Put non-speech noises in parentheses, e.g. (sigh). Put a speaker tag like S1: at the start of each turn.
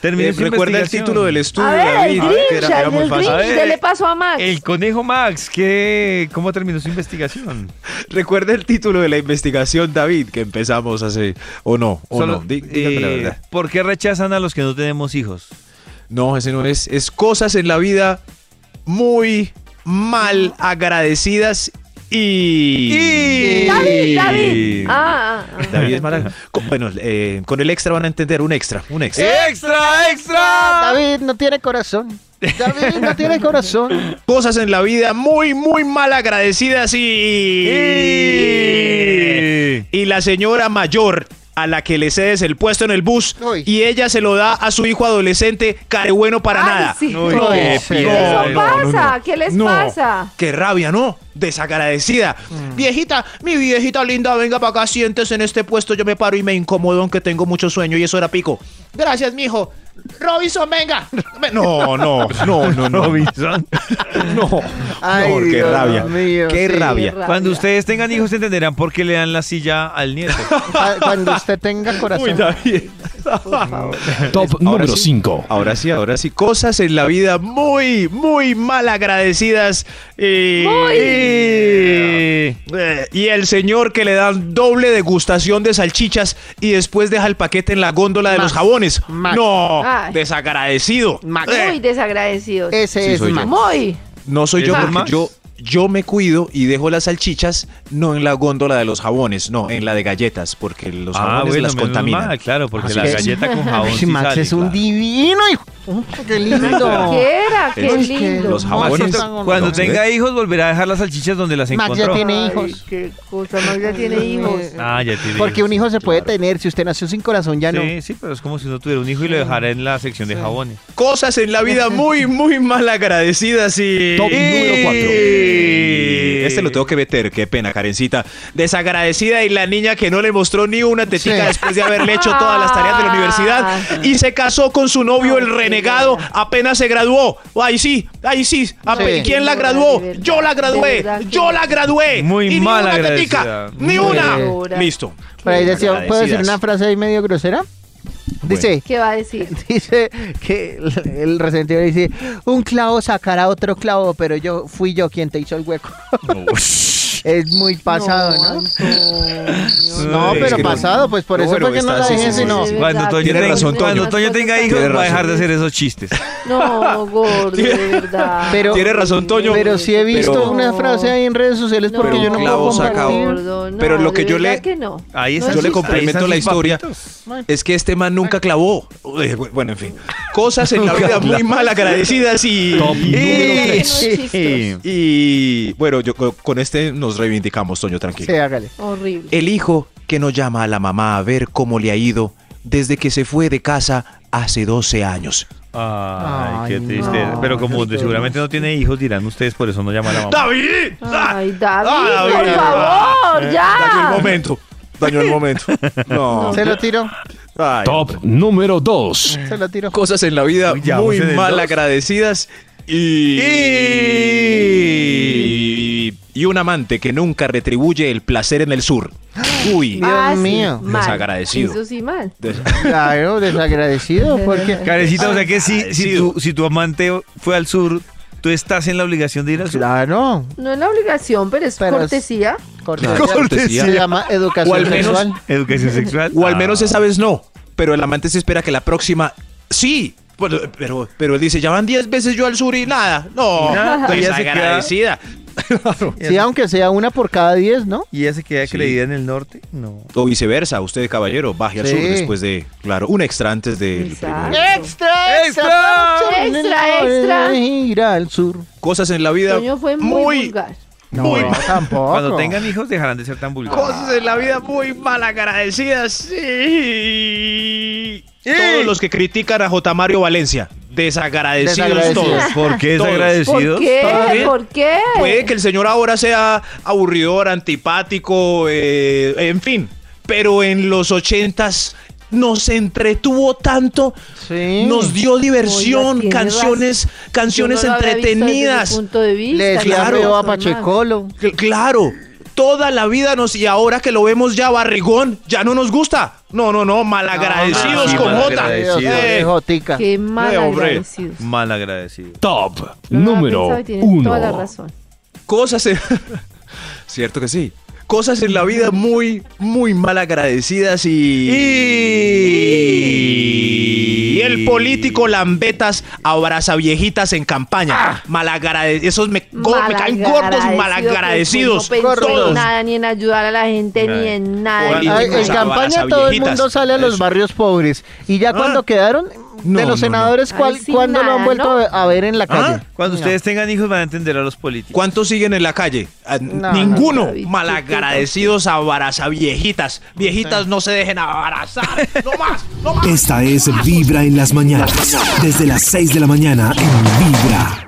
S1: Termine
S2: Eh,
S1: su
S2: recuerda el
S1: investigación.
S2: título del estudio,
S3: A ver, el
S2: David.
S3: Grinch,
S2: era- era muy
S3: el
S2: fácil.
S3: Grinch,
S1: A
S3: ¿qué
S1: ver,
S3: le pasó a Max?
S1: El conejo Max, ¿qué, ¿cómo terminó su investigación?
S2: Recuerda el título de la investigación, David, que empezamos hace. ¿O no? ¿O
S1: Solo,
S2: no? Dí- dígame la
S1: eh,
S2: verdad.
S1: ¿Por qué rechazan a los que no tenemos hijos?
S2: No, ese no es. Es cosas en la vida muy mal agradecidas y.
S1: Y-
S3: David, David. Ah, ah, ah.
S2: David es mal. con- Bueno, eh, con el extra van a entender. Un extra, un
S1: Eh,
S2: extra.
S1: ¡Extra, extra!
S4: David no tiene corazón. David no tiene
S2: (laughs)
S4: corazón.
S2: Cosas en la vida muy, muy mal agradecidas y.
S1: Y-
S2: Y la señora mayor a la que le cedes el puesto en el bus
S4: Uy.
S2: y ella se lo da a su hijo adolescente, care bueno para
S3: Ay,
S2: nada.
S3: sí.
S1: Uy,
S4: No,
S1: qué
S4: sí.
S1: piedra.
S3: Eso pasa, ¿qué les
S2: No.
S3: pasa?
S2: Qué rabia, ¿no? Desagradecida. Viejita, mi viejita linda, venga para acá, siéntese en este puesto, yo me paro y me incomodo aunque tengo mucho sueño y eso era pico. Gracias, mijo. Robinson, venga. (laughs) No, no, no, no,
S1: (laughs)
S2: no.
S1: Robinson.
S2: No,
S4: Ay,
S2: No, qué
S4: Dios
S2: rabia.
S4: mío,
S2: qué
S4: sí.
S2: rabia.
S1: Cuando ustedes tengan hijos entenderán por qué le dan la silla al
S2: (laughs)
S1: nieto.
S4: Cu- Cuando usted tenga corazón.
S5: Top número 5.
S2: Ahora sí, ahora sí. Cosas en la vida muy, muy mal agradecidas. Y,
S3: Muy.
S2: y- eh, y el señor que le dan doble degustación de salchichas y después deja el paquete en la góndola de
S4: Max,
S2: los jabones.
S4: Max.
S2: No,
S3: Ay.
S2: desagradecido.
S4: Max. Eh.
S2: Eh,
S3: Muy desagradecidos.
S4: Ese
S2: Sí,
S4: es
S2: soy yo.
S4: Max.
S3: Muy.
S2: No soy yo,
S1: ¿Es
S2: porque
S1: Max?
S2: yo, yo me cuido y dejo las salchichas no en la góndola de los jabones, no, en la de galletas, porque los jabones las
S1: Ah, menos
S2: contaminan.
S1: mal, claro, porque
S2: Así
S1: la
S2: es.
S1: galleta
S4: (laughs)
S1: con jabón
S4: Ay,
S1: sí
S4: Max
S1: sale,
S4: es un
S1: claro.
S4: divino, hijo. Qué lindo.
S3: Quiera,
S2: Es
S3: qué
S2: que
S3: lindo.
S2: los
S4: Maxito,
S2: jabones-
S1: Cuando
S2: No,
S1: tenga hijos volverá a dejar las salchichas donde las
S4: Max ya
S1: encontró.
S4: tiene
S3: Ay,
S4: hijos.
S3: Qué cosa, Max ya
S4: (laughs)
S3: tiene hijos.
S1: Ah, ya tiene
S4: Porque un hijo se puede tener. Si usted nació sin corazón, ya no.
S1: Sí, sí, pero es como si uno tuviera un hijo y lo dejara en la sección de jabones.
S2: Cosas en la vida
S4: (laughs)
S2: muy, muy mal agradecidas y...
S5: Top número cuatro.
S2: Y Este lo tengo que meter, qué pena, Karencita. Desagradecida y la niña que no le mostró ni una tetica
S4: Sí. Ah.
S2: después de haberle hecho todas las tareas de la universidad y se casó con su novio, el renegado, apenas se graduó. Ahí sí, ahí sí. ape-
S4: Sí.
S2: ¿Quién la graduó? Yo la gradué, yo la gradué.
S1: Muy
S2: Y ni
S1: mal
S2: una
S1: agradecida.
S2: tetica, ni
S4: Muy
S2: una.
S3: dura.
S2: Listo.
S4: Por ahí decía, ¿Puedo decir
S2: Agradecidas.
S4: una frase ahí medio grosera? Dice,
S3: ¿Qué va a decir?
S4: (laughs) dice que el, el resentido le dice, un clavo sacará otro clavo, pero yo fui yo quien te hizo el hueco. (laughs) es muy pasado, ¿no?
S3: Antonio,
S4: No,
S2: Sí, es
S4: pero
S2: que no-
S4: pasado, pues por
S2: no,
S4: eso
S2: pero
S4: fue que no
S2: está-
S4: la
S2: sí,
S4: dejé,
S2: sí, sí,
S4: sino...
S2: sí.
S1: Cuando Toño,
S2: Tiene
S1: tenga,
S2: razón, Toño.
S1: cuando Toño tenga hijos
S2: Tiene
S1: va a dejar de
S2: razón.
S1: hacer esos chistes.
S3: No, gordo,
S2: Tiene-
S3: de verdad.
S4: Pero-
S2: Tiene razón, Toño.
S4: Pero sí he visto
S2: Pero-
S4: una frase ahí en redes sociales porque
S2: Pero
S4: yo no
S2: clavo
S4: puedo
S2: sacado.
S4: compartir.
S3: Gordo, no,
S2: Pero lo que
S3: de
S2: yo le-
S3: verdad que no.
S1: Ahí
S3: No
S1: están
S2: Yo le
S1: sus- ahí
S2: complemento
S1: están
S2: la
S1: sus
S2: historia.
S1: papitos.
S2: Es que este man nunca clavó. Eh, bu- Bueno, en fin. Cosas en la vida muy mal agradecidas y.
S5: Top
S2: y-
S5: número
S3: No,
S5: tres.
S3: no es chistoso.
S2: Y bueno, yo co- con este nos reivindicamos, Toño, tranquilo.
S4: Sí, hágale.
S3: Horrible.
S2: El hijo que no llama a la mamá a ver cómo le ha ido desde que se fue de casa hace 12 años.
S1: Ay, qué
S4: Ay,
S1: triste.
S4: no,
S1: Pero
S4: qué
S1: como
S4: triste.
S1: seguramente no tiene hijos, dirán ustedes, por eso no llama a la mamá.
S2: ¡David! ¡Ah!
S3: Ay, David,
S2: Ah,
S3: por
S2: David,
S3: favor,
S2: Dañó el
S3: ya.
S2: momento. Dañó el momento. No.
S4: Se lo tiro,
S2: Ay,
S5: Top número 2.
S4: se lo tiro.
S2: Cosas en la vida
S1: Uy, ya,
S2: muy
S1: vamos en el
S2: mal
S1: dos.
S2: agradecidas y... y... un amante que nunca retribuye el placer en el sur. Uy.
S4: Dios
S3: Ah, sí,
S4: mío.
S3: mal.
S2: Desagradecido.
S3: Eso sí, mal.
S2: Des-
S4: Claro, desagradecido,
S2: (laughs)
S4: porque...
S1: Carecita, o sea que si, si,
S2: agradecido.
S1: tu, si tu amante fue al sur, tú estás en la obligación de ir al sur.
S4: Claro,
S3: No es la obligación, pero es
S4: Pero es-
S3: cortesía.
S4: cortesía.
S2: Cortesía.
S4: Se llama educación
S2: O al menos-
S4: sexual.
S1: Educación sexual.
S2: O al menos
S1: Ah.
S2: esa vez no. Pero el amante se espera que la próxima... Sí. Bueno, Pero, pero él dice, ya van 10 veces yo al sur y nada. No.
S1: Nada. Ella se queda-
S2: Desagradecida.
S4: Sí, aunque sea una por cada diez, ¿no?
S1: ¿Y ella se queda
S2: Sí.
S1: creída en el norte? No.
S2: O viceversa, usted caballero, baje al
S4: Sí.
S2: sur después de, claro, un extra antes del
S3: Exacto.
S2: primero.
S4: ¡Extra!
S1: ¡Extra!
S3: ¡Extra, extra!
S4: Ir al sur.
S2: Cosas en la vida
S3: Toño fue muy,
S2: muy,
S3: vulgar.
S2: muy mal.
S4: tampoco.
S1: Cuando tengan hijos dejarán de ser tan
S2: Ah.
S1: vulgares.
S2: Cosas en la vida muy mal agradecidas. Sí. Todos los que critican a J. Mario Valencia, desagradecidos
S4: Desagradecidos.
S2: todos.
S1: ¿Por qué
S2: Todos.
S1: desagradecidos?
S3: ¿Por qué?
S2: Todos.
S3: ¿Por qué?
S2: Puede que el señor ahora sea aburridor, antipático, eh, en fin. Pero en los ochentas nos entretuvo tanto,
S4: Sí.
S2: nos dio diversión,
S3: tiene
S2: canciones, canciones
S3: Yo no lo había visto desde
S2: entretenidas.
S3: ese punto de vista,
S4: Le decía
S3: claro.
S4: feo a
S3: Normal.
S4: Pachecolo.
S2: Cl- Claro, toda la vida nos y ahora que lo vemos ya barrigón, ya no nos gusta. No, no, no, malagradecidos
S1: sí,
S2: con J.
S1: malagradecidos.
S2: Eh,
S4: Eh, Jotica.
S3: Qué
S2: eh,
S3: mal
S2: hombre,
S3: agradecidos.
S1: Mal agradecido.
S5: Top
S3: Lo había
S5: número
S3: pensado y tienes Toda la
S5: uno.
S3: razón.
S2: cosas en- (laughs) cierto que sí cosas en la vida muy muy mal agradecidas y y el político lambetas abraza viejitas en campaña malagradecidos esos me, go- me caen gordos y malagradecidos
S3: pues, No pensó en
S2: todos
S3: nada, ni en ayudar a la gente, ni en nada.
S2: Políticos
S4: Ay, en
S2: abraza
S4: campaña todo el
S2: viejitas.
S4: mundo sale a los
S2: Eso.
S4: barrios pobres. Y ya cuando quedaron,
S2: No,
S4: de
S2: no, no.
S4: los senadores,
S3: Ay,
S4: ¿cuál,
S3: sí,
S4: ¿cuándo lo
S3: nada,
S4: han vuelto
S3: ¿no?
S4: a ver en la calle?
S1: Ah, Cuando
S4: No.
S1: ustedes tengan hijos van a entender a los políticos.
S2: ¿Cuántos siguen en la calle? Ah,
S4: No,
S2: Ninguno.
S3: no, no.
S2: Malagradecidos abraza viejitas. Viejitas no se dejen abrazar. No más, no más.
S6: Esta es Vibra en las mañanas. Desde las 6 de la mañana en Vibra.